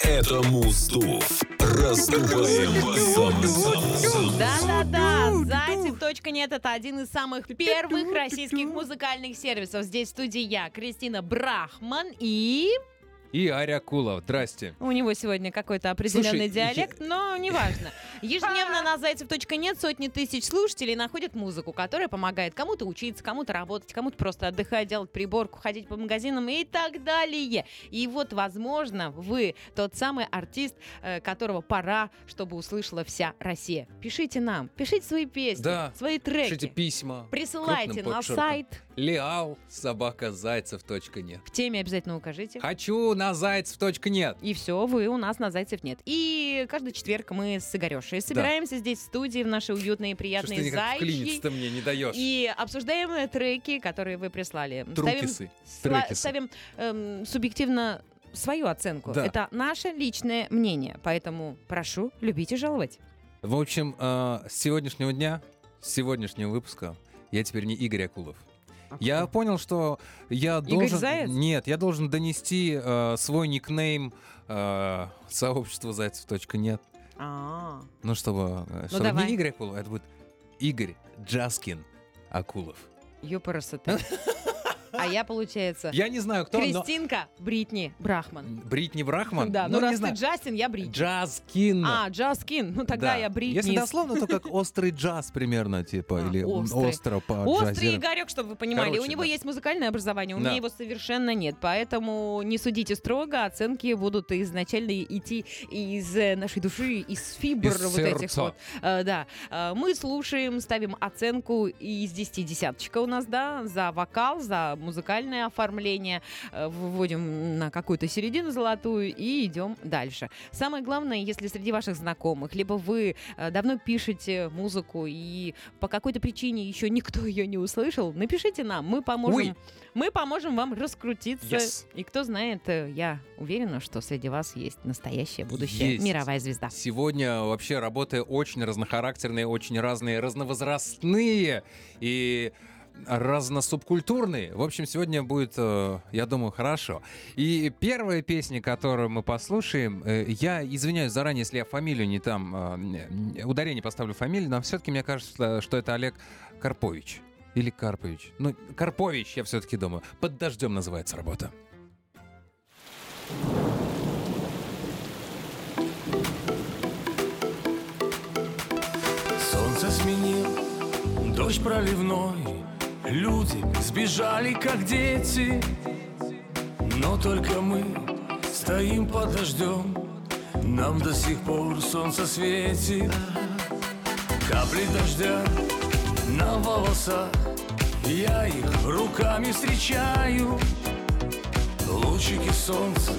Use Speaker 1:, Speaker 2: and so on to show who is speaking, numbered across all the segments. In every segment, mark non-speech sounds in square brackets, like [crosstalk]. Speaker 1: Это Муздув. Раздуваем зам-зам-зам.
Speaker 2: Да-да-да, сайте «Точка нет» — это один из самых первых российских музыкальных сервисов. Здесь в студии я, Кристина Брахман, и
Speaker 3: И Аря Кулова. Здрасте.
Speaker 2: у него сегодня какой-то определенный
Speaker 3: Слушай,
Speaker 2: диалект,
Speaker 3: [laughs]
Speaker 2: но неважно. Ежедневно на «Зайцев. Точка нет» сотни тысяч слушателей находят музыку, которая помогает кому-то учиться, кому-то работать, кому-то просто отдыхать, делать приборку, ходить по магазинам и так далее. И вот, возможно, вы тот самый артист, э, которого пора, чтобы услышала вся Россия. Пишите нам, пишите свои песни,
Speaker 3: Да.
Speaker 2: свои треки.
Speaker 3: Пишите письма.
Speaker 2: Присылайте
Speaker 3: крупным
Speaker 2: на
Speaker 3: подчерком.
Speaker 2: сайт.
Speaker 3: Леал собака зайцев точка нет.
Speaker 2: В теме обязательно укажите.
Speaker 3: Хочу на зайцев точка нет.
Speaker 2: И все, вы у нас на зайцев нет. И каждый четверг мы с Игорешей собираемся здесь в студии, в наши уютные
Speaker 3: Что ж
Speaker 2: и
Speaker 3: ты
Speaker 2: приятные
Speaker 3: никак
Speaker 2: зайчи.
Speaker 3: клиниться мне не даешь?
Speaker 2: И обсуждаем э, треки, которые вы прислали.
Speaker 3: Трукисы.
Speaker 2: Ставим, сла-
Speaker 3: Трекисы.
Speaker 2: ставим, эм, субъективно свою оценку.
Speaker 3: Да.
Speaker 2: Это наше личное мнение. Поэтому прошу, любите жаловать.
Speaker 3: В общем, э, с сегодняшнего дня, с сегодняшнего выпуска, я теперь не Игорь Акулов. Я понял, что я
Speaker 2: Игорь
Speaker 3: должен...
Speaker 2: Заяц?
Speaker 3: Нет, я должен донести э, свой никнейм э, сообществу зайцев точка нет.
Speaker 2: А,
Speaker 3: Ну, чтобы, э, чтобы
Speaker 2: давай.
Speaker 3: не Игорь Акулов, это будет Игорь Джаскин Акулов. [laughs]
Speaker 2: ёпарасоте. А я, получается,
Speaker 3: Я не знаю, кто, но...
Speaker 2: Кристинка Бритни Брахман.
Speaker 3: Бритни Брахман?
Speaker 2: Да, ну
Speaker 3: не
Speaker 2: раз ты
Speaker 3: знаю.
Speaker 2: Джастин, я Бритни.
Speaker 3: Джазкин.
Speaker 2: А, Джаскин, ну тогда
Speaker 3: Да.
Speaker 2: я Бритни.
Speaker 3: Если дословно, то
Speaker 2: [laughs]
Speaker 3: как острый джаз примерно, типа,
Speaker 2: А,
Speaker 3: или м,
Speaker 2: острый.
Speaker 3: остро по
Speaker 2: Острый
Speaker 3: джазированию.
Speaker 2: Игорек, чтобы вы понимали.
Speaker 3: Типа, Короче,
Speaker 2: у него
Speaker 3: да.
Speaker 2: есть музыкальное образование, у
Speaker 3: Да.
Speaker 2: меня его совершенно нет. Поэтому не судите строго, оценки будут изначально идти из э, нашей души, из фибр
Speaker 3: Из
Speaker 2: вот этих
Speaker 3: сердца.
Speaker 2: вот. Э, да. Э, мы слушаем, ставим оценку из 10 десяточка у нас, да, за вокал, за музыкальное оформление. Э, выводим на какую-то середину золотую и идем дальше. Самое главное, если среди ваших знакомых, либо вы э, давно пишете музыку и по какой-то причине еще никто ее не услышал, напишите нам, мы поможем,
Speaker 3: Уй.
Speaker 2: мы поможем вам раскрутиться.
Speaker 3: Yes.
Speaker 2: И кто знает, э, я уверена, что среди вас есть настоящая будущая
Speaker 3: Есть.
Speaker 2: мировая звезда.
Speaker 3: Сегодня вообще работы очень разнохарактерные, очень разные, разновозрастные и разносубкультурные. В общем, сегодня будет, э, я думаю, хорошо. И первая песня, которую мы послушаем, э, я извиняюсь заранее, если я фамилию не там, э, м, ударение поставлю фамилию, но все-таки мне кажется, что это Олег Карпович. Или Карпович. Ну, Карпович, я все-таки думаю. Под дождем называется работа.
Speaker 4: Солнце сменил дождь проливной Люди сбежали, как дети Но только мы стоим под дождем Нам до сих пор солнце светит Капли дождя на волосах Я их руками встречаю Лучики солнца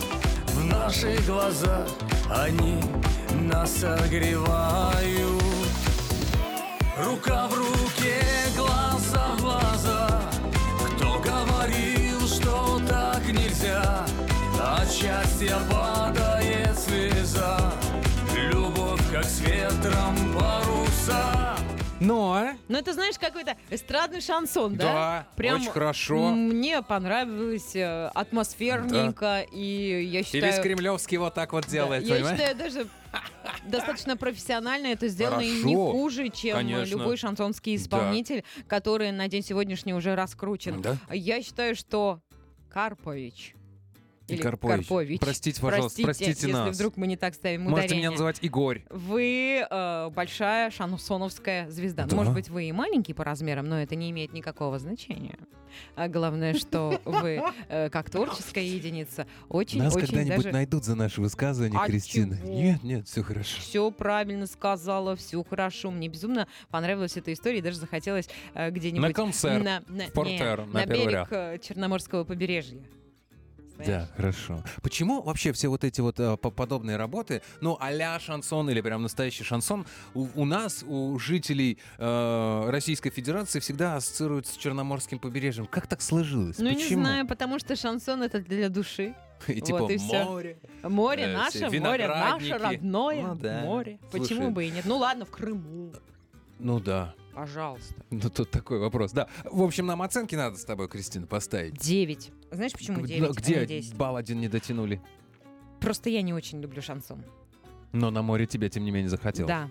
Speaker 4: в наших глазах Они нас согревают Рука в руке, глаза в глаза Кто говорил, что так нельзя От счастья падает слеза Любовь, как с ветром паруса
Speaker 3: Но...
Speaker 2: Но Ну, это, знаешь, какой-то эстрадный шансон, да?
Speaker 3: Да, очень хорошо.
Speaker 2: Мне понравилось э, атмосферненько, и я считаю...
Speaker 3: Или Кремлевский вот так вот делает,
Speaker 2: Да, Я
Speaker 3: понимаешь?
Speaker 2: считаю, даже достаточно профессионально это сделано и
Speaker 3: Хорошо.
Speaker 2: не хуже, чем
Speaker 3: Конечно.
Speaker 2: любой шансонский исполнитель, который на день сегодняшний уже раскручен.
Speaker 3: Да.
Speaker 2: Я считаю, что Карпович. Или
Speaker 3: Карпович. Простите, пожалуйста, простите
Speaker 2: если
Speaker 3: нас.
Speaker 2: вдруг мы не так ставим
Speaker 3: Можете
Speaker 2: ударение.
Speaker 3: меня называть Игорь.
Speaker 2: Вы э, большая шансоновская звезда. Ну,
Speaker 3: Да.
Speaker 2: Может быть, вы и маленький по размерам, но это не имеет никакого значения. А главное, что вы, э, как творческая единица, очень-очень даже
Speaker 3: найдут за наши высказывания,
Speaker 2: А Кристина. чего? Нет,
Speaker 3: нет, все хорошо.
Speaker 2: все правильно сказала, все хорошо. Мне безумно понравилась эта история, и даже захотелось э, где-нибудь
Speaker 3: На концерт.
Speaker 2: на, на-
Speaker 3: в Портеро,
Speaker 2: не,
Speaker 3: на
Speaker 2: на
Speaker 3: первый
Speaker 2: берег
Speaker 3: ряд.
Speaker 2: э, Черноморского побережья.
Speaker 3: Да,
Speaker 2: Знаешь?
Speaker 3: хорошо. Почему вообще все вот эти вот э, по- подобные работы, ну, а-ля шансон или прям настоящий шансон, у, у нас, у жителей э, Российской Федерации всегда ассоциируется с Черноморским побережьем? Как так сложилось?
Speaker 2: Ну,
Speaker 3: Почему?
Speaker 2: не знаю, потому что шансон это для души.
Speaker 3: [laughs] И типа
Speaker 2: Вот и всё.
Speaker 3: море.
Speaker 2: Море
Speaker 3: Э,
Speaker 2: наше,
Speaker 3: все
Speaker 2: море наше
Speaker 3: виноградники.
Speaker 2: родное
Speaker 3: Ну да.
Speaker 2: море. Почему
Speaker 3: Слушай.
Speaker 2: бы и нет? Ну ладно, в Крыму,
Speaker 3: Ну да,
Speaker 2: пожалуйста.
Speaker 3: ну тут такой вопрос. Да, в общем, нам оценки надо с тобой, Кристина, поставить.
Speaker 2: Девять. Знаешь, почему
Speaker 3: Г-
Speaker 2: девять, а не
Speaker 3: Где
Speaker 2: десять?
Speaker 3: балл один не дотянули?
Speaker 2: Просто я не очень люблю шансон.
Speaker 3: Но на море тебе, тем не менее, захотелось.
Speaker 2: Да.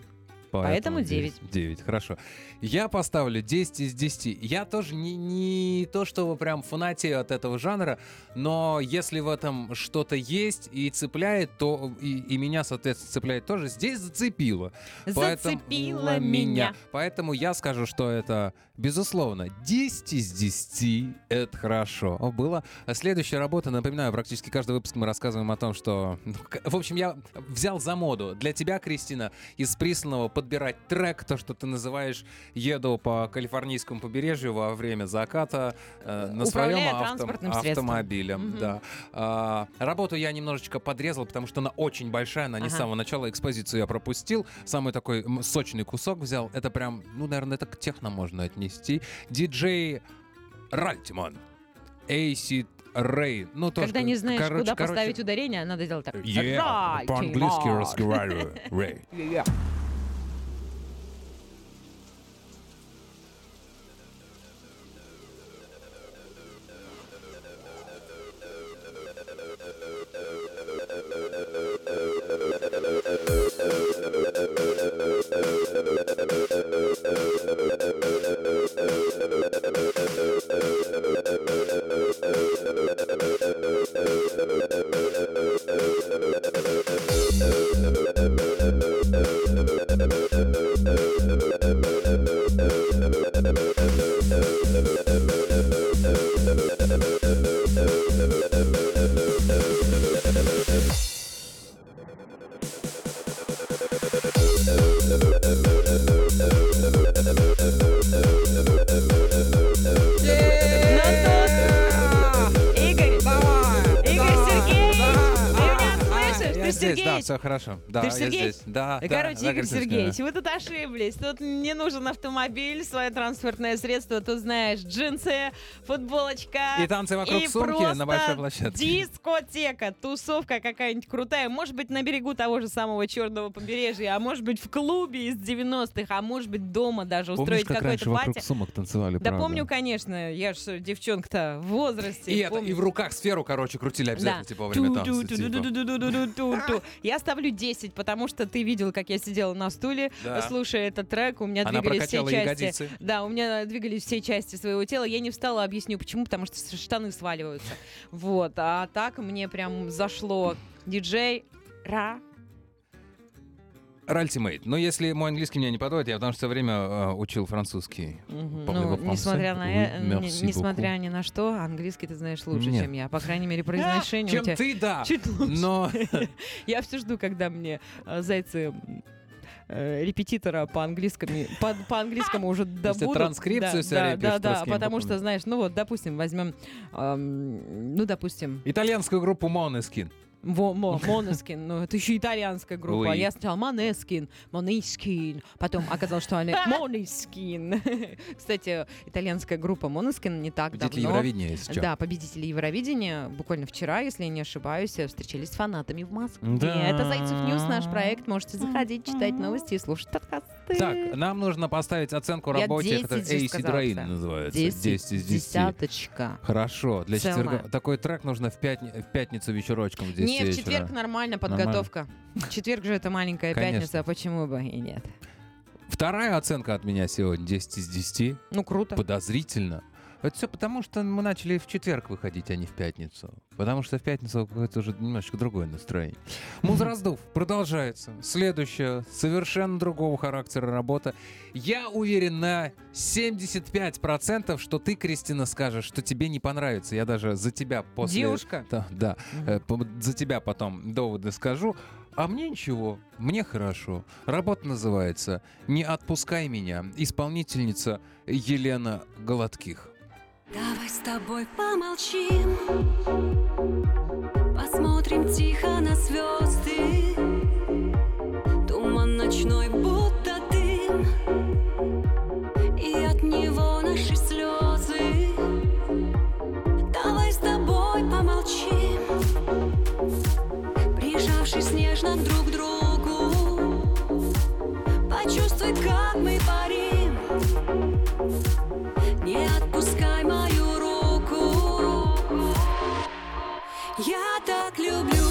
Speaker 2: Поэтому девять.
Speaker 3: 9, хорошо. Я поставлю 10 из 10. Я тоже не, не то, что вы прям фанатею от этого жанра, но если в этом что-то есть и цепляет, то и, и меня, соответственно, цепляет тоже. Здесь зацепило. Поэтому-
Speaker 2: Зацепила меня.
Speaker 3: Поэтому я скажу, что это, безусловно, 10 из 10 — это хорошо О, было. А Следующая работа, напоминаю, практически каждый выпуск мы рассказываем о том, что... ну, к- В общем, я взял за моду для тебя, Кристина, из присланного подбирать трек, то, что ты называешь «Еду по калифорнийскому побережью во время заката э, на
Speaker 2: Управляя
Speaker 3: своем автом-
Speaker 2: транспортным средством.
Speaker 3: автомобиле».
Speaker 2: Мгм.
Speaker 3: Да. А, работу я немножечко подрезал, потому что она очень большая, она не с
Speaker 2: Ага.
Speaker 3: самого начала, экспозицию я пропустил. Самый такой м, сочный кусок взял. Это прям, ну, наверное, это к техно можно отнести. Диджей Ральтиман. Acid Рэй. Ну, тоже,
Speaker 2: Когда не знаешь,
Speaker 3: короче-
Speaker 2: куда
Speaker 3: короче,
Speaker 2: поставить ударение, надо делать так.
Speaker 3: Я
Speaker 2: Right,
Speaker 3: по-английски
Speaker 2: Тимур.
Speaker 3: разговариваю, Рэй.
Speaker 2: Yeah. Игорь, Игорь Сергеевич, ты меня слышишь?
Speaker 3: Я
Speaker 2: [laughs] Ты
Speaker 3: здесь, да,
Speaker 2: Сергеевич?
Speaker 3: все хорошо. Да,
Speaker 2: Ты ж
Speaker 3: я
Speaker 2: Сергей? Э,
Speaker 3: здесь. Да, да,
Speaker 2: Короче,
Speaker 3: да,
Speaker 2: Игорь
Speaker 3: Кристина.
Speaker 2: Сергеевич, вы тут ошиблись. Тут не нужен автомобиль, свое транспортное средство. Тут, знаешь, джинсы, футболочка.
Speaker 3: И танцы вокруг
Speaker 2: и
Speaker 3: сумки
Speaker 2: просто
Speaker 3: на большой площадке.
Speaker 2: Дискотека, тусовка какая-нибудь крутая. Может быть, на берегу того же самого Черного побережья, а может быть, в клубе из 90-х, а может быть, дома даже устроить какое-то пати.
Speaker 3: сумок танцевали,
Speaker 2: Да помню, конечно, я же девчонка-то в возрасте.
Speaker 3: И, это,
Speaker 2: помню.
Speaker 3: и в руках сферу, короче, крутили обязательно,
Speaker 2: Типа, Да.
Speaker 3: типа, во время танца. типа.
Speaker 2: Ту-ту-ту-ту-ту-ту-ту-ту-ту. Я ставлю 10, потому что ты видел, как я сидела на стуле,
Speaker 3: Да.
Speaker 2: слушая этот трек, у меня
Speaker 3: Она
Speaker 2: двигались все
Speaker 3: прокачала
Speaker 2: части.
Speaker 3: ягодицы.
Speaker 2: Да, у меня двигались все части своего тела. Я не встала, объясню почему, потому что с- штаны сваливаются. Вот, а так мне прям зашло диджей Ра.
Speaker 3: Ральтимейт. Но Ну, если мой английский меня не подводит, я потому что всё время э, учил французский.
Speaker 2: Мгм.
Speaker 3: Parlez-vous
Speaker 2: Ну,
Speaker 3: français?
Speaker 2: несмотря на,
Speaker 3: Oui,
Speaker 2: э, не-
Speaker 3: merci
Speaker 2: несмотря ни на что, английский ты знаешь лучше,
Speaker 3: Нет.
Speaker 2: чем я. По крайней мере, произношение у
Speaker 3: Чем
Speaker 2: тебя
Speaker 3: ты, да.
Speaker 2: чуть лучше.
Speaker 3: Но
Speaker 2: Я все жду, когда мне э, зайцы м, э, репетитора по английскому по, по английскому уже добудут.
Speaker 3: транскрипцию
Speaker 2: Да,
Speaker 3: всё
Speaker 2: да,
Speaker 3: репишь
Speaker 2: да, да,
Speaker 3: транскрипт,
Speaker 2: потому
Speaker 3: помню.
Speaker 2: что знаешь, ну вот, допустим, возьмем, эм, ну допустим,
Speaker 3: итальянскую группу Måneskin. [laughs]
Speaker 2: Во- Мо- Монескин, ну это еще итальянская группа.
Speaker 3: Ой.
Speaker 2: Я сначала Монескин, Монескин, потом оказалось, что
Speaker 3: [laughs]
Speaker 2: они Монескин. [laughs] Кстати, итальянская группа Монескин не так
Speaker 3: Победители
Speaker 2: давно.
Speaker 3: Евровидения, если чё.
Speaker 2: Да, победители Евровидения буквально вчера, если я не ошибаюсь, э, встречались с фанатами в Москве.
Speaker 3: Да.
Speaker 2: Это Зайцев Ньюс, наш проект. Можете заходить, читать новости и слушать подкасты.
Speaker 3: Так, нам нужно поставить оценку
Speaker 2: Я
Speaker 3: работе,
Speaker 2: 10
Speaker 3: которая
Speaker 2: здесь
Speaker 3: AC
Speaker 2: сказала,
Speaker 3: Drain
Speaker 2: кстати.
Speaker 3: называется.
Speaker 2: 10,
Speaker 3: 10 из 10.
Speaker 2: Десяточка.
Speaker 3: Хорошо, для
Speaker 2: Целая.
Speaker 3: четверга. Такой трек нужно в, пятни- в пятницу вечерочком в 10
Speaker 2: Не, в
Speaker 3: вечера.
Speaker 2: четверг нормально
Speaker 3: Нормально.
Speaker 2: подготовка. В четверг же это маленькая
Speaker 3: Конечно.
Speaker 2: пятница, а почему бы и нет?
Speaker 3: Вторая оценка от меня сегодня 10 из 10.
Speaker 2: Ну, круто.
Speaker 3: Подозрительно. Это все потому, что мы начали в четверг выходить, а не в пятницу. Потому что в пятницу какое-то уже немножечко другое настроение.
Speaker 2: [laughs]
Speaker 3: Музраздув продолжается. Следующая, совершенно другого характера работа. Я уверен на 75%, что ты, Кристина, скажешь, что тебе не понравится. Я даже за тебя после...
Speaker 2: Девушка.
Speaker 3: Да, да.
Speaker 2: Мгм.
Speaker 3: Э, по- за тебя потом доводы скажу. А мне ничего, мне хорошо. Работа называется «Не отпускай меня». Исполнительница Елена Голодких.
Speaker 5: Давай с тобой помолчим, посмотрим тихо на звезды. Туман ночной будто дым, и от него наши слезы. Давай с тобой помолчим, прижавшись нежно друг к другу. Почувствуй, как мы парим. Не отпускай мою руку. Я так люблю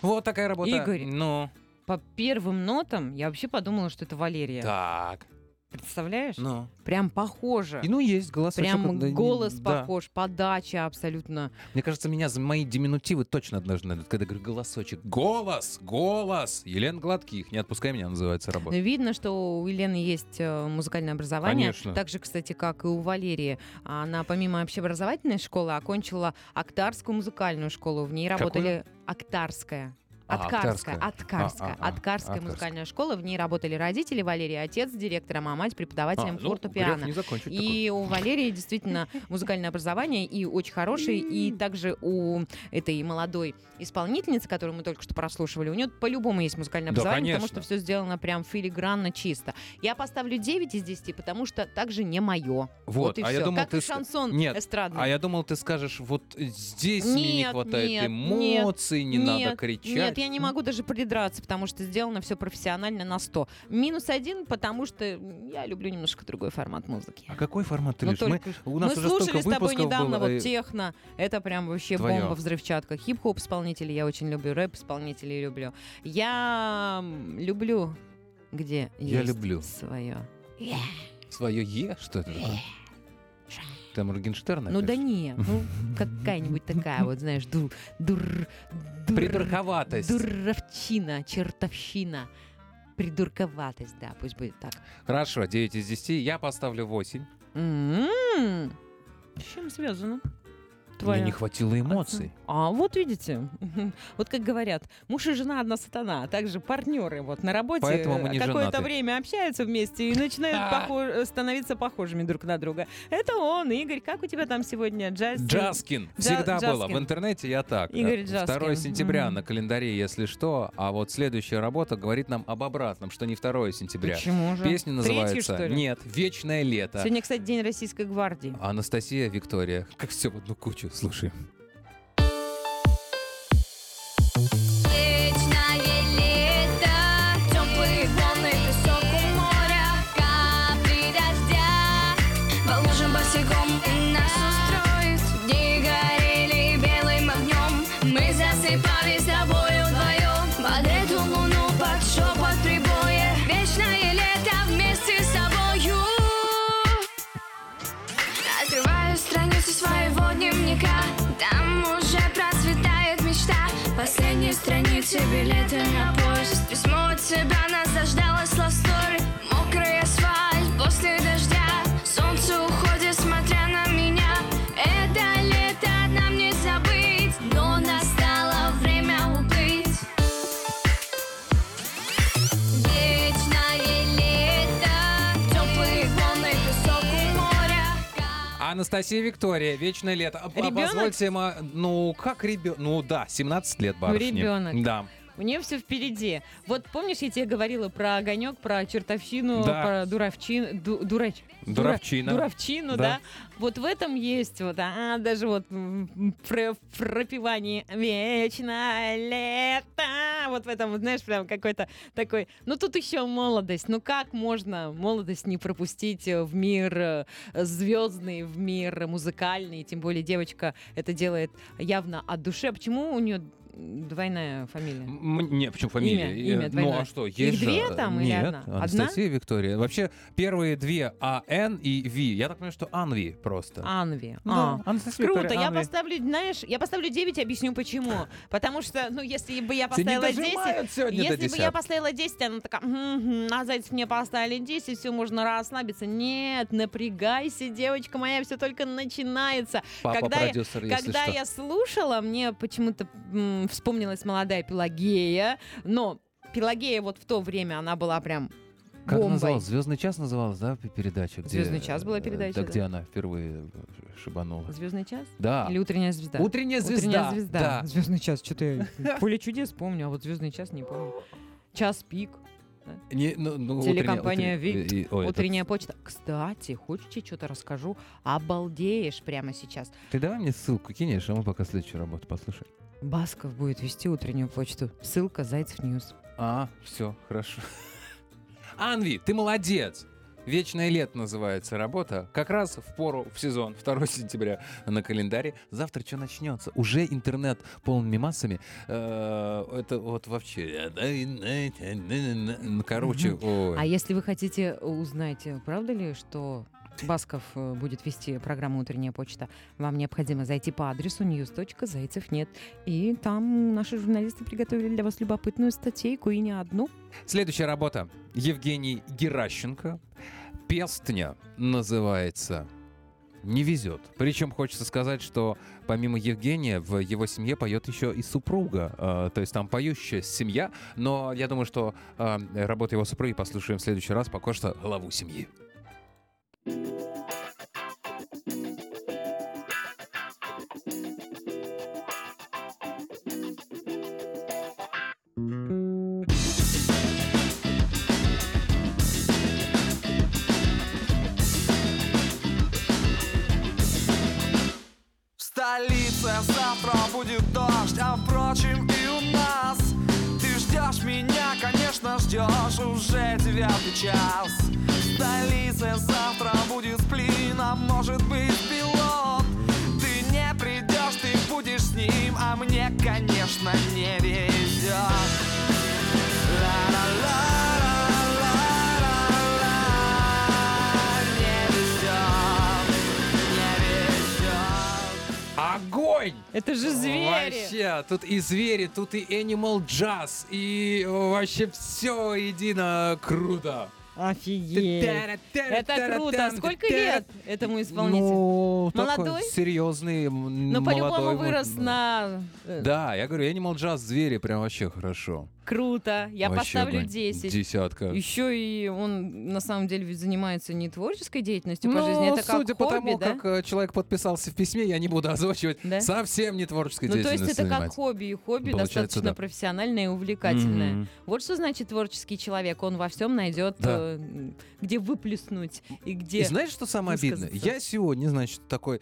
Speaker 3: вот такая работа.
Speaker 2: Игорь.
Speaker 3: Ну,
Speaker 2: По первым нотам я вообще подумала, что это Валерия.
Speaker 3: так.
Speaker 2: Представляешь?
Speaker 3: Ну.
Speaker 2: Прям похоже.
Speaker 3: И ну есть голос.
Speaker 2: Прям голос
Speaker 3: похож.
Speaker 2: похож, подача абсолютно.
Speaker 3: Мне кажется, меня за мои диминутивы точно однажды найдут, когда говорю голосочек. Голос! Голос! Елена Гладких, не отпускай меня, называется
Speaker 2: Но
Speaker 3: работа.
Speaker 2: Ну, видно, что у Елены есть э, музыкальное образование.
Speaker 3: Конечно.
Speaker 2: Так же, кстати, как и у Валерии. Она помимо общеобразовательной школы окончила Актарскую музыкальную школу. В ней
Speaker 3: Какую?
Speaker 2: работали Актарская.
Speaker 3: А, Актарская.
Speaker 2: Откарская, Откарская,
Speaker 3: А, а, а,
Speaker 2: Откарская
Speaker 3: Откарская.
Speaker 2: музыкальная школа. В ней работали родители Валерий, отец директором, а мать преподавателем
Speaker 3: А, ну, грех
Speaker 2: фортепиано.
Speaker 3: не закончить
Speaker 2: И у Валерии
Speaker 3: [laughs]
Speaker 2: действительно музыкальное образование и очень хорошее. И также у этой молодой исполнительницы, которую мы только что прослушивали, у нее по-любому есть музыкальное
Speaker 3: Да,
Speaker 2: образование, потому
Speaker 3: конечно.
Speaker 2: что все сделано прям филигранно чисто. Я поставлю 9 из 10, потому что также не мое.
Speaker 3: такой.
Speaker 2: Вот,
Speaker 3: Вот,
Speaker 2: и
Speaker 3: а
Speaker 2: все.
Speaker 3: я думал,
Speaker 2: как
Speaker 3: ты...
Speaker 2: и
Speaker 3: с-
Speaker 2: шансон
Speaker 3: Нет,
Speaker 2: эстрадный.
Speaker 3: А я думал, ты скажешь, вот здесь мне не
Speaker 2: Нет,
Speaker 3: хватает
Speaker 2: нет,
Speaker 3: эмоций, не надо
Speaker 2: Нет,
Speaker 3: кричать.
Speaker 2: Нет, я не могу даже придраться, потому что сделано все профессионально на 100. Минус один, потому что я люблю немножко другой формат музыки.
Speaker 3: А какой формат ты
Speaker 2: Ну,
Speaker 3: любишь? Мы-
Speaker 2: только-
Speaker 3: у нас
Speaker 2: Мы
Speaker 3: уже
Speaker 2: слушали
Speaker 3: столько
Speaker 2: с тобой
Speaker 3: выпусков
Speaker 2: недавно
Speaker 3: было, э,
Speaker 2: вот техно. Это прям вообще
Speaker 3: Твоё.
Speaker 2: бомба взрывчатка. Хип-хоп исполнителей я очень люблю, рэп исполнителей люблю. Я м, люблю, где
Speaker 3: Я
Speaker 2: есть
Speaker 3: люблю.
Speaker 2: свое.
Speaker 3: Свое Е? Что это такое? Там Моргенштерн?
Speaker 2: Ну
Speaker 3: опять
Speaker 2: да
Speaker 3: же?
Speaker 2: не,
Speaker 3: [laughs]
Speaker 2: ну какая-нибудь такая вот, знаешь, дур, дур, дур-
Speaker 3: Придурковатость.
Speaker 2: Дуровщина, чертовщина. Придурковатость, да, пусть будет так.
Speaker 3: Хорошо, 9 из 10. Я поставлю 8.
Speaker 2: М-м. С чем связано?
Speaker 3: Мне
Speaker 2: Твоя.
Speaker 3: не хватило эмоций.
Speaker 2: А вот видите, [laughs] вот как говорят, муж и жена одна сатана, а также партнеры вот на работе
Speaker 3: Поэтому мы не
Speaker 2: э, какое-то
Speaker 3: женаты.
Speaker 2: время общаются вместе и начинают похо- становиться похожими друг на друга. Это он, Игорь, как у тебя там сегодня джаз?
Speaker 3: Джаскин.
Speaker 2: Джа-
Speaker 3: Всегда было.
Speaker 2: Джаскин.
Speaker 3: В интернете я так.
Speaker 2: Игорь
Speaker 3: Э,
Speaker 2: Джаскин.
Speaker 3: 2 сентября
Speaker 2: Мгм.
Speaker 3: на календаре, если что. А вот следующая работа говорит нам об обратном, что не 2 сентября.
Speaker 2: Почему же?
Speaker 3: Песня
Speaker 2: Третью,
Speaker 3: называется
Speaker 2: что ли?
Speaker 3: «Нет, вечное лето».
Speaker 2: Сегодня, кстати, день Российской гвардии.
Speaker 3: Анастасия Виктория. Как все в одну кучу. Слушай.
Speaker 5: Вечное лето, теплые волны, песок у моря, капли дождя, по лужам босиком и нас устроит. Дни горели белым огнем, мы засыпали с тобою вдвоем, под эту луну, под шепот прибоя, вечное лето вместе с тобою. Открываю страницу своего дневника Там уже процветает мечта Последние страницы билета на поезд Письмо от тебя нас дождалось love story. Мокрый асфальт после дождя Солнце уходит, смотря на меня Это лето нам не забыть Но настало время уплыть Вечное лето Теплые волны, песок у моря
Speaker 3: Анастасия Виктория, вечное лето. А, а,
Speaker 2: Ребёнок?
Speaker 3: Позвольте, ма- ну как ребенок? Ну да, 17 лет барышни.
Speaker 2: Ну, ребёнок.
Speaker 3: Да.
Speaker 2: У нее все впереди. Вот помнишь, я тебе говорила про огонек, про чертовщину,
Speaker 3: Да.
Speaker 2: про дуровчин, ду- дурач-
Speaker 3: Дуровчина.
Speaker 2: дура- дуровчину, да.
Speaker 3: Да.
Speaker 2: Вот в этом есть вот, а, даже вот м, про- в пропевании «Вечно лето». Вот в этом, вот, знаешь, прям какой-то такой... Ну тут еще молодость. Ну как можно молодость не пропустить э, в мир э, звездный, в мир музыкальный? Тем более девочка это делает явно от души. А почему у нее двойная фамилия?
Speaker 3: М- Не, почему фамилия?
Speaker 2: Имя, имя
Speaker 3: Э, ну
Speaker 2: двойное.
Speaker 3: а что,
Speaker 2: Их
Speaker 3: есть же-
Speaker 2: две там или
Speaker 3: Нет,
Speaker 2: одна? Одна?
Speaker 3: Анастасия Виктория. Вообще первые две А, Н и Ви. Я так понимаю, что Анви просто.
Speaker 2: Анви. А.
Speaker 3: Да, Анастасия
Speaker 2: Круто,
Speaker 3: Виктория,
Speaker 2: я
Speaker 3: Анви.
Speaker 2: поставлю, знаешь, я поставлю 9, объясню почему. Потому что, ну, если бы я
Speaker 3: Тебя не
Speaker 2: поставила 10,
Speaker 3: дожимают сегодня до
Speaker 2: если бы я
Speaker 3: 10.
Speaker 2: поставила 10, она такая, «Мгм, а зайцев мне поставили 10, все, можно расслабиться. Нет, напрягайся, девочка моя, все только начинается.
Speaker 3: Папа
Speaker 2: когда я-
Speaker 3: продюсер, если
Speaker 2: Когда
Speaker 3: что.
Speaker 2: я слушала, мне почему-то м, вспомнилась молодая Пелагея, но Пелагея вот в то время, она была прям
Speaker 3: Как
Speaker 2: бомбой.
Speaker 3: называлась? Звездный час называлась, да, п- передача? Где,
Speaker 2: «Звездный час» была
Speaker 3: э,
Speaker 2: передача,
Speaker 3: Да,
Speaker 2: да.
Speaker 3: где она впервые э, шибанула.
Speaker 2: Звездный час?
Speaker 3: Да.
Speaker 2: Или утренняя звезда?
Speaker 3: Утренняя звезда.
Speaker 2: Утренняя звезда.
Speaker 3: Да.
Speaker 2: Звездный час, что-то [laughs] я поле чудес помню, а вот звездный час не помню. Час пик,
Speaker 3: Не, ну, ну, утренняя- утренняя-
Speaker 2: Телекомпания
Speaker 3: э,
Speaker 2: «Вид»,
Speaker 3: и- ой, это-
Speaker 2: утренняя почта. Кстати, хочешь, я что-то расскажу? Обалдеешь прямо сейчас.
Speaker 3: Ты давай мне ссылку кинешь, а мы пока следующую работу послушаем.
Speaker 2: Басков будет вести утреннюю почту. Ссылка Зайцев Ньюс.
Speaker 3: [laughs] А, все, хорошо. Анви, ты молодец. «Вечное лето» называется работа. Как раз в пору, в сезон, 2 [laughs] сентября на календаре. Завтра что начнется? Уже интернет полными массами. Э, Это вот вообще... э, Ну, Короче, ой.
Speaker 2: А если вы хотите узнать, э, правда ли, что Басков э, будет вести программу «Утренняя почта», вам необходимо зайти по адресу news.зайцев.нет. И там наши журналисты приготовили для вас любопытную статейку, и не одну.
Speaker 3: Следующая работа. Евгений Геращенко. Пестня называется «Не везет». Причем хочется сказать, что помимо Евгения в его семье поет еще и супруга. Э, то есть там поющая семья. Но я думаю, что э, работу его супруги послушаем в следующий раз, пока что главу семьи.
Speaker 6: В столице завтра будет дождь, а впрочем и у нас Ты ждешь меня, конечно ждешь, уже девятый час В столице завтра будет сплин, а может быть пилот Ты не придешь, ты будешь с ним, а мне, конечно, не везет Ла-ла-ла-ла-ла-ла-ла, не везет, не везет
Speaker 3: Огонь!
Speaker 2: Это же
Speaker 3: Вообще, тут и звери, тут и Animal Jazz, и вообще все едино круто.
Speaker 2: Офигеть! Это круто! Сколько лет этому исполнителю?
Speaker 3: Ну,
Speaker 2: Молодой?
Speaker 3: такой серьезный, м,
Speaker 2: Ну, по-любому
Speaker 3: молодой вот,
Speaker 2: вырос
Speaker 3: ну.
Speaker 2: на... э,
Speaker 3: Да, я говорю, Animal Jazz звери прям вообще хорошо.
Speaker 2: Круто! Я
Speaker 3: Вообще
Speaker 2: поставлю
Speaker 3: огонь.
Speaker 2: 10.
Speaker 3: Десятка.
Speaker 2: Еще и он на самом деле ведь занимается не творческой деятельностью по
Speaker 3: Ну,
Speaker 2: жизни, это как
Speaker 3: судя
Speaker 2: хобби,
Speaker 3: по тому,
Speaker 2: да?
Speaker 3: как э, человек подписался в письме, я не буду [laughs] озвучивать,
Speaker 2: Да?
Speaker 3: совсем не творческой
Speaker 2: Ну, то есть
Speaker 3: деятельностью
Speaker 2: это как
Speaker 3: занимается.
Speaker 2: хобби, и хобби
Speaker 3: Получается,
Speaker 2: достаточно
Speaker 3: да.
Speaker 2: профессиональное и увлекательное.
Speaker 3: Мгм.
Speaker 2: Вот что значит творческий человек. Он во всем найдет,
Speaker 3: Да.
Speaker 2: э, м, где выплеснуть и где...
Speaker 3: И знаешь, что самое обидное?
Speaker 2: высказаться.
Speaker 3: Я сегодня, значит, такой...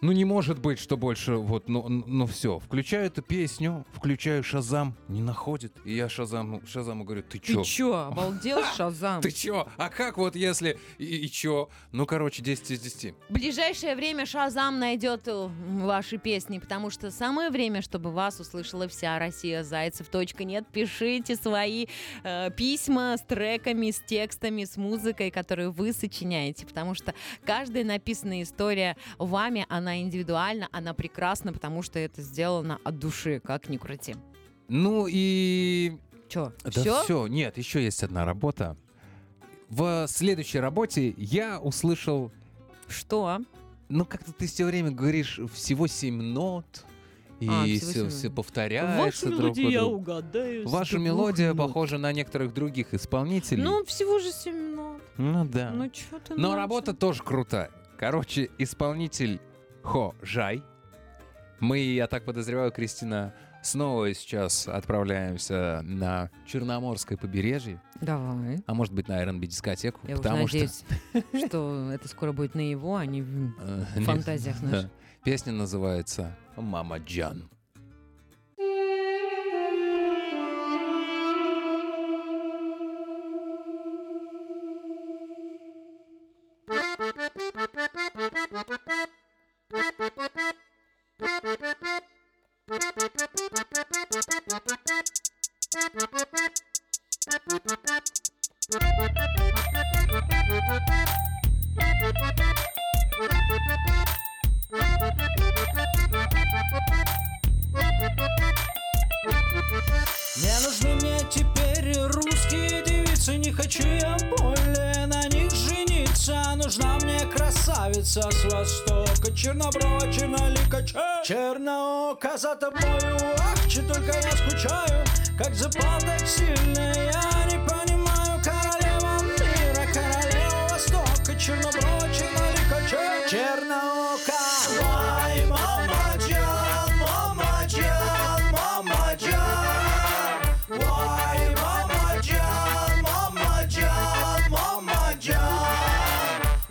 Speaker 3: Ну, не может быть, что больше вот, ну, ну все. Включаю эту песню, включаю Шазам, не находит. И я Шазаму, Шазаму говорю, ты
Speaker 2: Ты
Speaker 3: чё?
Speaker 2: чё, обалдел, Шазам?
Speaker 3: Ты чё? А как вот если... И, и чё? Ну, короче, 10 из 10.
Speaker 2: В ближайшее время Шазам найдет э, ваши песни, потому что самое время, чтобы вас услышала вся Россия. Зайцев. Точка нет. Пишите свои э, письма с треками, с текстами, с музыкой, которую вы сочиняете, потому что каждая написанная история вами, она индивидуальна, она прекрасна, потому что это сделано от души, как ни крути.
Speaker 3: Ну и
Speaker 2: Чё,
Speaker 3: Да
Speaker 2: все?
Speaker 3: все? нет, еще есть одна работа. В следующей работе я услышал,
Speaker 2: Что?
Speaker 3: ну как-то ты все время говоришь всего семь нот, и
Speaker 2: А, всего
Speaker 3: все,
Speaker 2: семь нот.
Speaker 3: повторяешь друг по другу.
Speaker 2: угадаю.
Speaker 3: Ваша мелодия похожа на некоторых других исполнителей.
Speaker 2: Ну, всего же семена.
Speaker 3: Ну да.
Speaker 2: Ну, чё ты
Speaker 3: Но
Speaker 2: начал?
Speaker 3: работа тоже крутая. Короче, исполнитель Хо Жай. Мы, я так подозреваю, Кристина, снова сейчас отправляемся на Черноморское побережье,
Speaker 2: Давай.
Speaker 3: а может быть на R&B дискотеку,
Speaker 2: Я уж
Speaker 3: потому что
Speaker 2: надеюсь, что это скоро будет на его, а не в
Speaker 3: Э,
Speaker 2: в фантазиях
Speaker 3: нет.
Speaker 2: наших.
Speaker 3: Песня называется «Мама Джан».
Speaker 6: Не нужны мне теперь и русские девицы Не хочу я более на них жениться Нужна мне красавица с востока Черноброва, чернолика, чер- черноока а За тобою, ах, че только я скучаю Как запал так сильно, я не понимаю Королева мира, королева востока Черноброва, чернолика, чер- черноока Ой, мама, Джан, мама, Джан, мама, Джан Ой, мама, Джан, мама, Джан, мама, Джан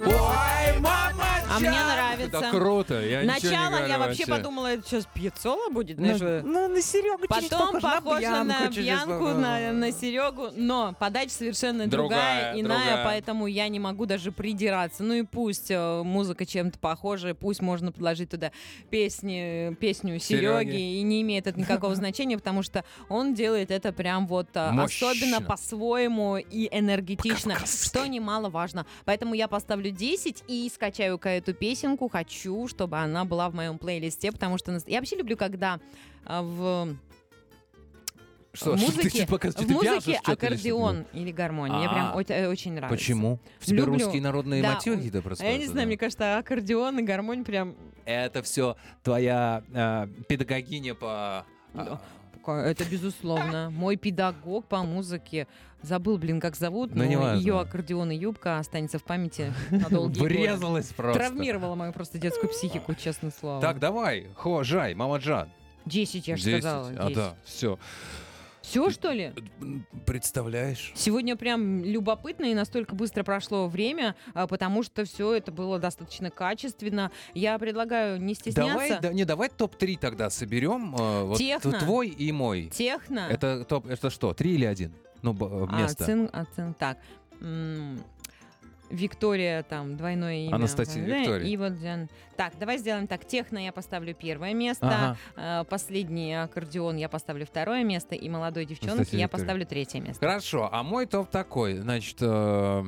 Speaker 6: Ой, мама,
Speaker 2: А мне нравится.
Speaker 3: это круто. Я ничего не
Speaker 2: Начало
Speaker 3: говорю
Speaker 2: я вообще подумала, это сейчас пьецола будет, знаешь,
Speaker 7: Ну, ну, на Серегу чуть-чуть
Speaker 2: Потом
Speaker 7: похоже,
Speaker 2: похоже на
Speaker 7: чуть-чуть
Speaker 2: пьянку,
Speaker 7: похоже.
Speaker 2: на, на Серегу, но подача совершенно другая,
Speaker 3: Другая,
Speaker 2: иная,
Speaker 3: другая.
Speaker 2: поэтому я не могу даже придираться. Ну и пусть э, музыка чем-то похожа, пусть можно подложить туда песни, песню
Speaker 3: Серёги.
Speaker 2: Сереги, и не имеет это никакого значения, потому что он делает это прям вот э,
Speaker 3: Мощно.
Speaker 2: особенно по-своему и энергетично, что немаловажно. Поэтому я поставлю 10 и скачаю-ка эту песенку. Хочу, чтобы она была в моем плейлисте, потому что нас- я вообще люблю, когда э, в
Speaker 3: Что,
Speaker 2: в
Speaker 3: что ты
Speaker 2: музыке,
Speaker 3: чуть пока- что
Speaker 2: в
Speaker 3: ты вяжешь,
Speaker 2: музыке
Speaker 3: что ты или что?
Speaker 2: аккордеон или гармония. Мне прям
Speaker 3: А.
Speaker 2: оч- э, очень нравится.
Speaker 3: Почему? В тебе
Speaker 2: Люблю.
Speaker 3: русские народные
Speaker 2: Да,
Speaker 3: мотёги, да,
Speaker 2: А
Speaker 3: просто.
Speaker 2: Я не знаю,
Speaker 3: да.
Speaker 2: мне кажется, аккордеон и гармонь прям...
Speaker 3: Это все твоя э, педагогиня по...
Speaker 2: Да. Это
Speaker 3: [laughs]
Speaker 2: безусловно. Мой педагог по музыке. Забыл, блин, как зовут,
Speaker 3: Ну,
Speaker 2: но
Speaker 3: неважно.
Speaker 2: ее аккордеон и юбка останется в памяти на долгие годы.
Speaker 3: Врезалась просто.
Speaker 2: Травмировала мою просто детскую психику, честное слово.
Speaker 3: Так, давай, хо, жай, мамаджан.
Speaker 2: 10, я же
Speaker 3: Десять.
Speaker 2: сказала.
Speaker 3: А, да, все.
Speaker 2: Все, что ли?
Speaker 3: Представляешь?
Speaker 2: Сегодня прям любопытно и настолько быстро прошло время, а, потому что все это было достаточно качественно. Я предлагаю не
Speaker 3: Давай,
Speaker 2: стесняться.
Speaker 3: да, не, давай топ-3 тогда соберем. э, вот
Speaker 2: Техно.
Speaker 3: твой и мой.
Speaker 2: Техно.
Speaker 3: Это топ, это что, три или один? Ну, б- э,
Speaker 2: А,
Speaker 3: место.
Speaker 2: цин- а, цин- так. М, Виктория, там, двойное имя.
Speaker 3: Анастасия
Speaker 2: Да,
Speaker 3: Виктория.
Speaker 2: И вот Джан. Так, давай сделаем так. Техно я поставлю первое место.
Speaker 3: Ага.
Speaker 2: э, Последний аккордеон я поставлю второе место. И молодой девчонки
Speaker 3: Анастасия
Speaker 2: я
Speaker 3: Виктория.
Speaker 2: поставлю третье место.
Speaker 3: Хорошо, а мой топ такой, значит... э,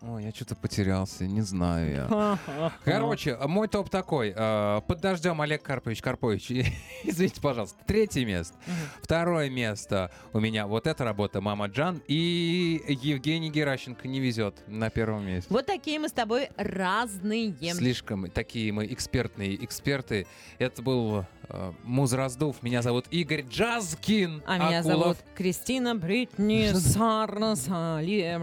Speaker 3: Ой, я что-то потерялся, не знаю я. Короче, мой топ такой. э, Под дождем Олег Карпович Карпович. [laughs] и- Извините, пожалуйста. Третье место. Второе место у меня вот эта работа «Мама Джан». И Евгений Геращенко не везет на первом месте.
Speaker 2: Вот такие мы с тобой разные.
Speaker 3: Слишком такие мы экспертные эксперты. Это был э, Муз Раздув. Меня зовут Игорь Джазкин.
Speaker 2: А меня
Speaker 3: Акулов.
Speaker 2: зовут Кристина Бритни а, Сарнас Али-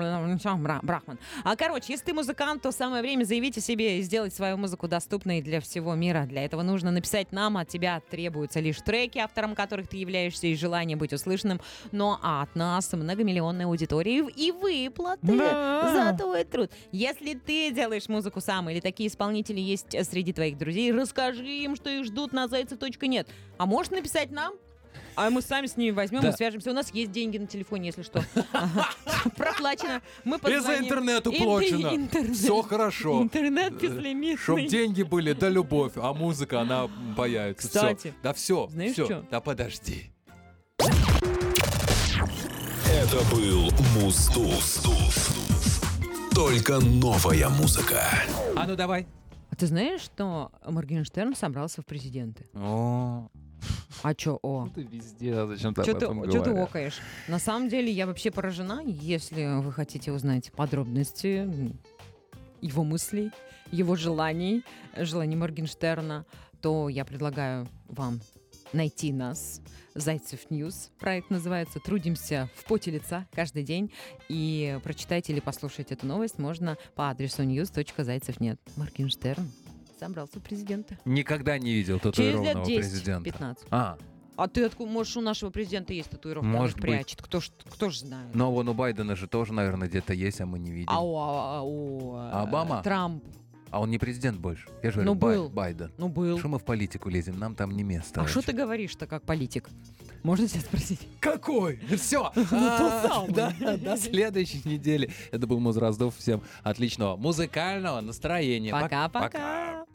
Speaker 2: Бра- Брахман. А короче, если ты музыкант, то самое время заявить о себе и сделать свою музыку доступной для всего мира. Для этого нужно написать нам, от тебя требуются лишь треки, автором которых ты являешься, и желание быть услышанным. Но от нас многомиллионной аудитории и выплаты за твой труд. Если ты делаешь музыку сам или такие исполнители есть среди твоих друзей, расскажи им, что их ждут на зайцев.нет. А можешь написать нам? А мы сами с ними возьмем
Speaker 3: Да.
Speaker 2: и свяжемся. У нас есть деньги на телефоне, если
Speaker 3: [laughs]
Speaker 2: что. Ага. [laughs] Проплачено. Мы
Speaker 3: И за
Speaker 2: позвоним.
Speaker 3: интернет
Speaker 2: Интер-
Speaker 3: уплочено.
Speaker 2: интернет.
Speaker 3: Все хорошо. Э,
Speaker 2: Интернет
Speaker 3: Чтоб
Speaker 2: безлимитный.
Speaker 3: деньги были, да любовь, а музыка, она появится. Всё.
Speaker 2: Кстати,
Speaker 3: Да все,
Speaker 2: знаешь чё?
Speaker 3: Да подожди.
Speaker 1: Это был Муздув. Только новая музыка.
Speaker 3: А ну давай.
Speaker 2: А ты знаешь, что Моргенштерн собрался в президенты?
Speaker 3: О, Ну,
Speaker 2: А чё, о?
Speaker 3: ты везде, зачем ты
Speaker 2: Чё ты, чё ты окаешь? На самом деле я вообще поражена. Если вы хотите узнать подробности м, его мыслей, его желаний, э, желаний Моргенштерна, то я предлагаю вам найти нас. Зайцев Ньюс. Проект называется «Трудимся в поте лица каждый день». И прочитать или послушать эту новость можно по адресу news.зайцевнет. Моргенштерн собрался в президенты.
Speaker 3: Никогда не видел
Speaker 2: Через лет
Speaker 3: татуированного
Speaker 2: 10-15.
Speaker 3: президента. А,
Speaker 2: А ты откуда? Может, у нашего президента есть татуировка?
Speaker 3: Может
Speaker 2: он их прячет. Кто ж, кто ж знает?
Speaker 3: но вон у Байдена же тоже, наверное, где-то есть, а мы не видим.
Speaker 2: А у, а у, э,
Speaker 3: Обама?
Speaker 2: Трамп,
Speaker 3: А он не президент больше. Я же
Speaker 2: Ну,
Speaker 3: говорю, Бай-
Speaker 2: был.
Speaker 3: Байден.
Speaker 2: ну был.
Speaker 3: Что мы в политику лезем? Нам там не место.
Speaker 2: а что ты говоришь-то как политик? Можно тебя спросить?
Speaker 3: Какой? Все.
Speaker 2: тот самый.
Speaker 3: Ну, А, Да, до следующей недели. Это был Муз Раздов. Всем отличного музыкального настроения. Пока.
Speaker 2: Пока-пока.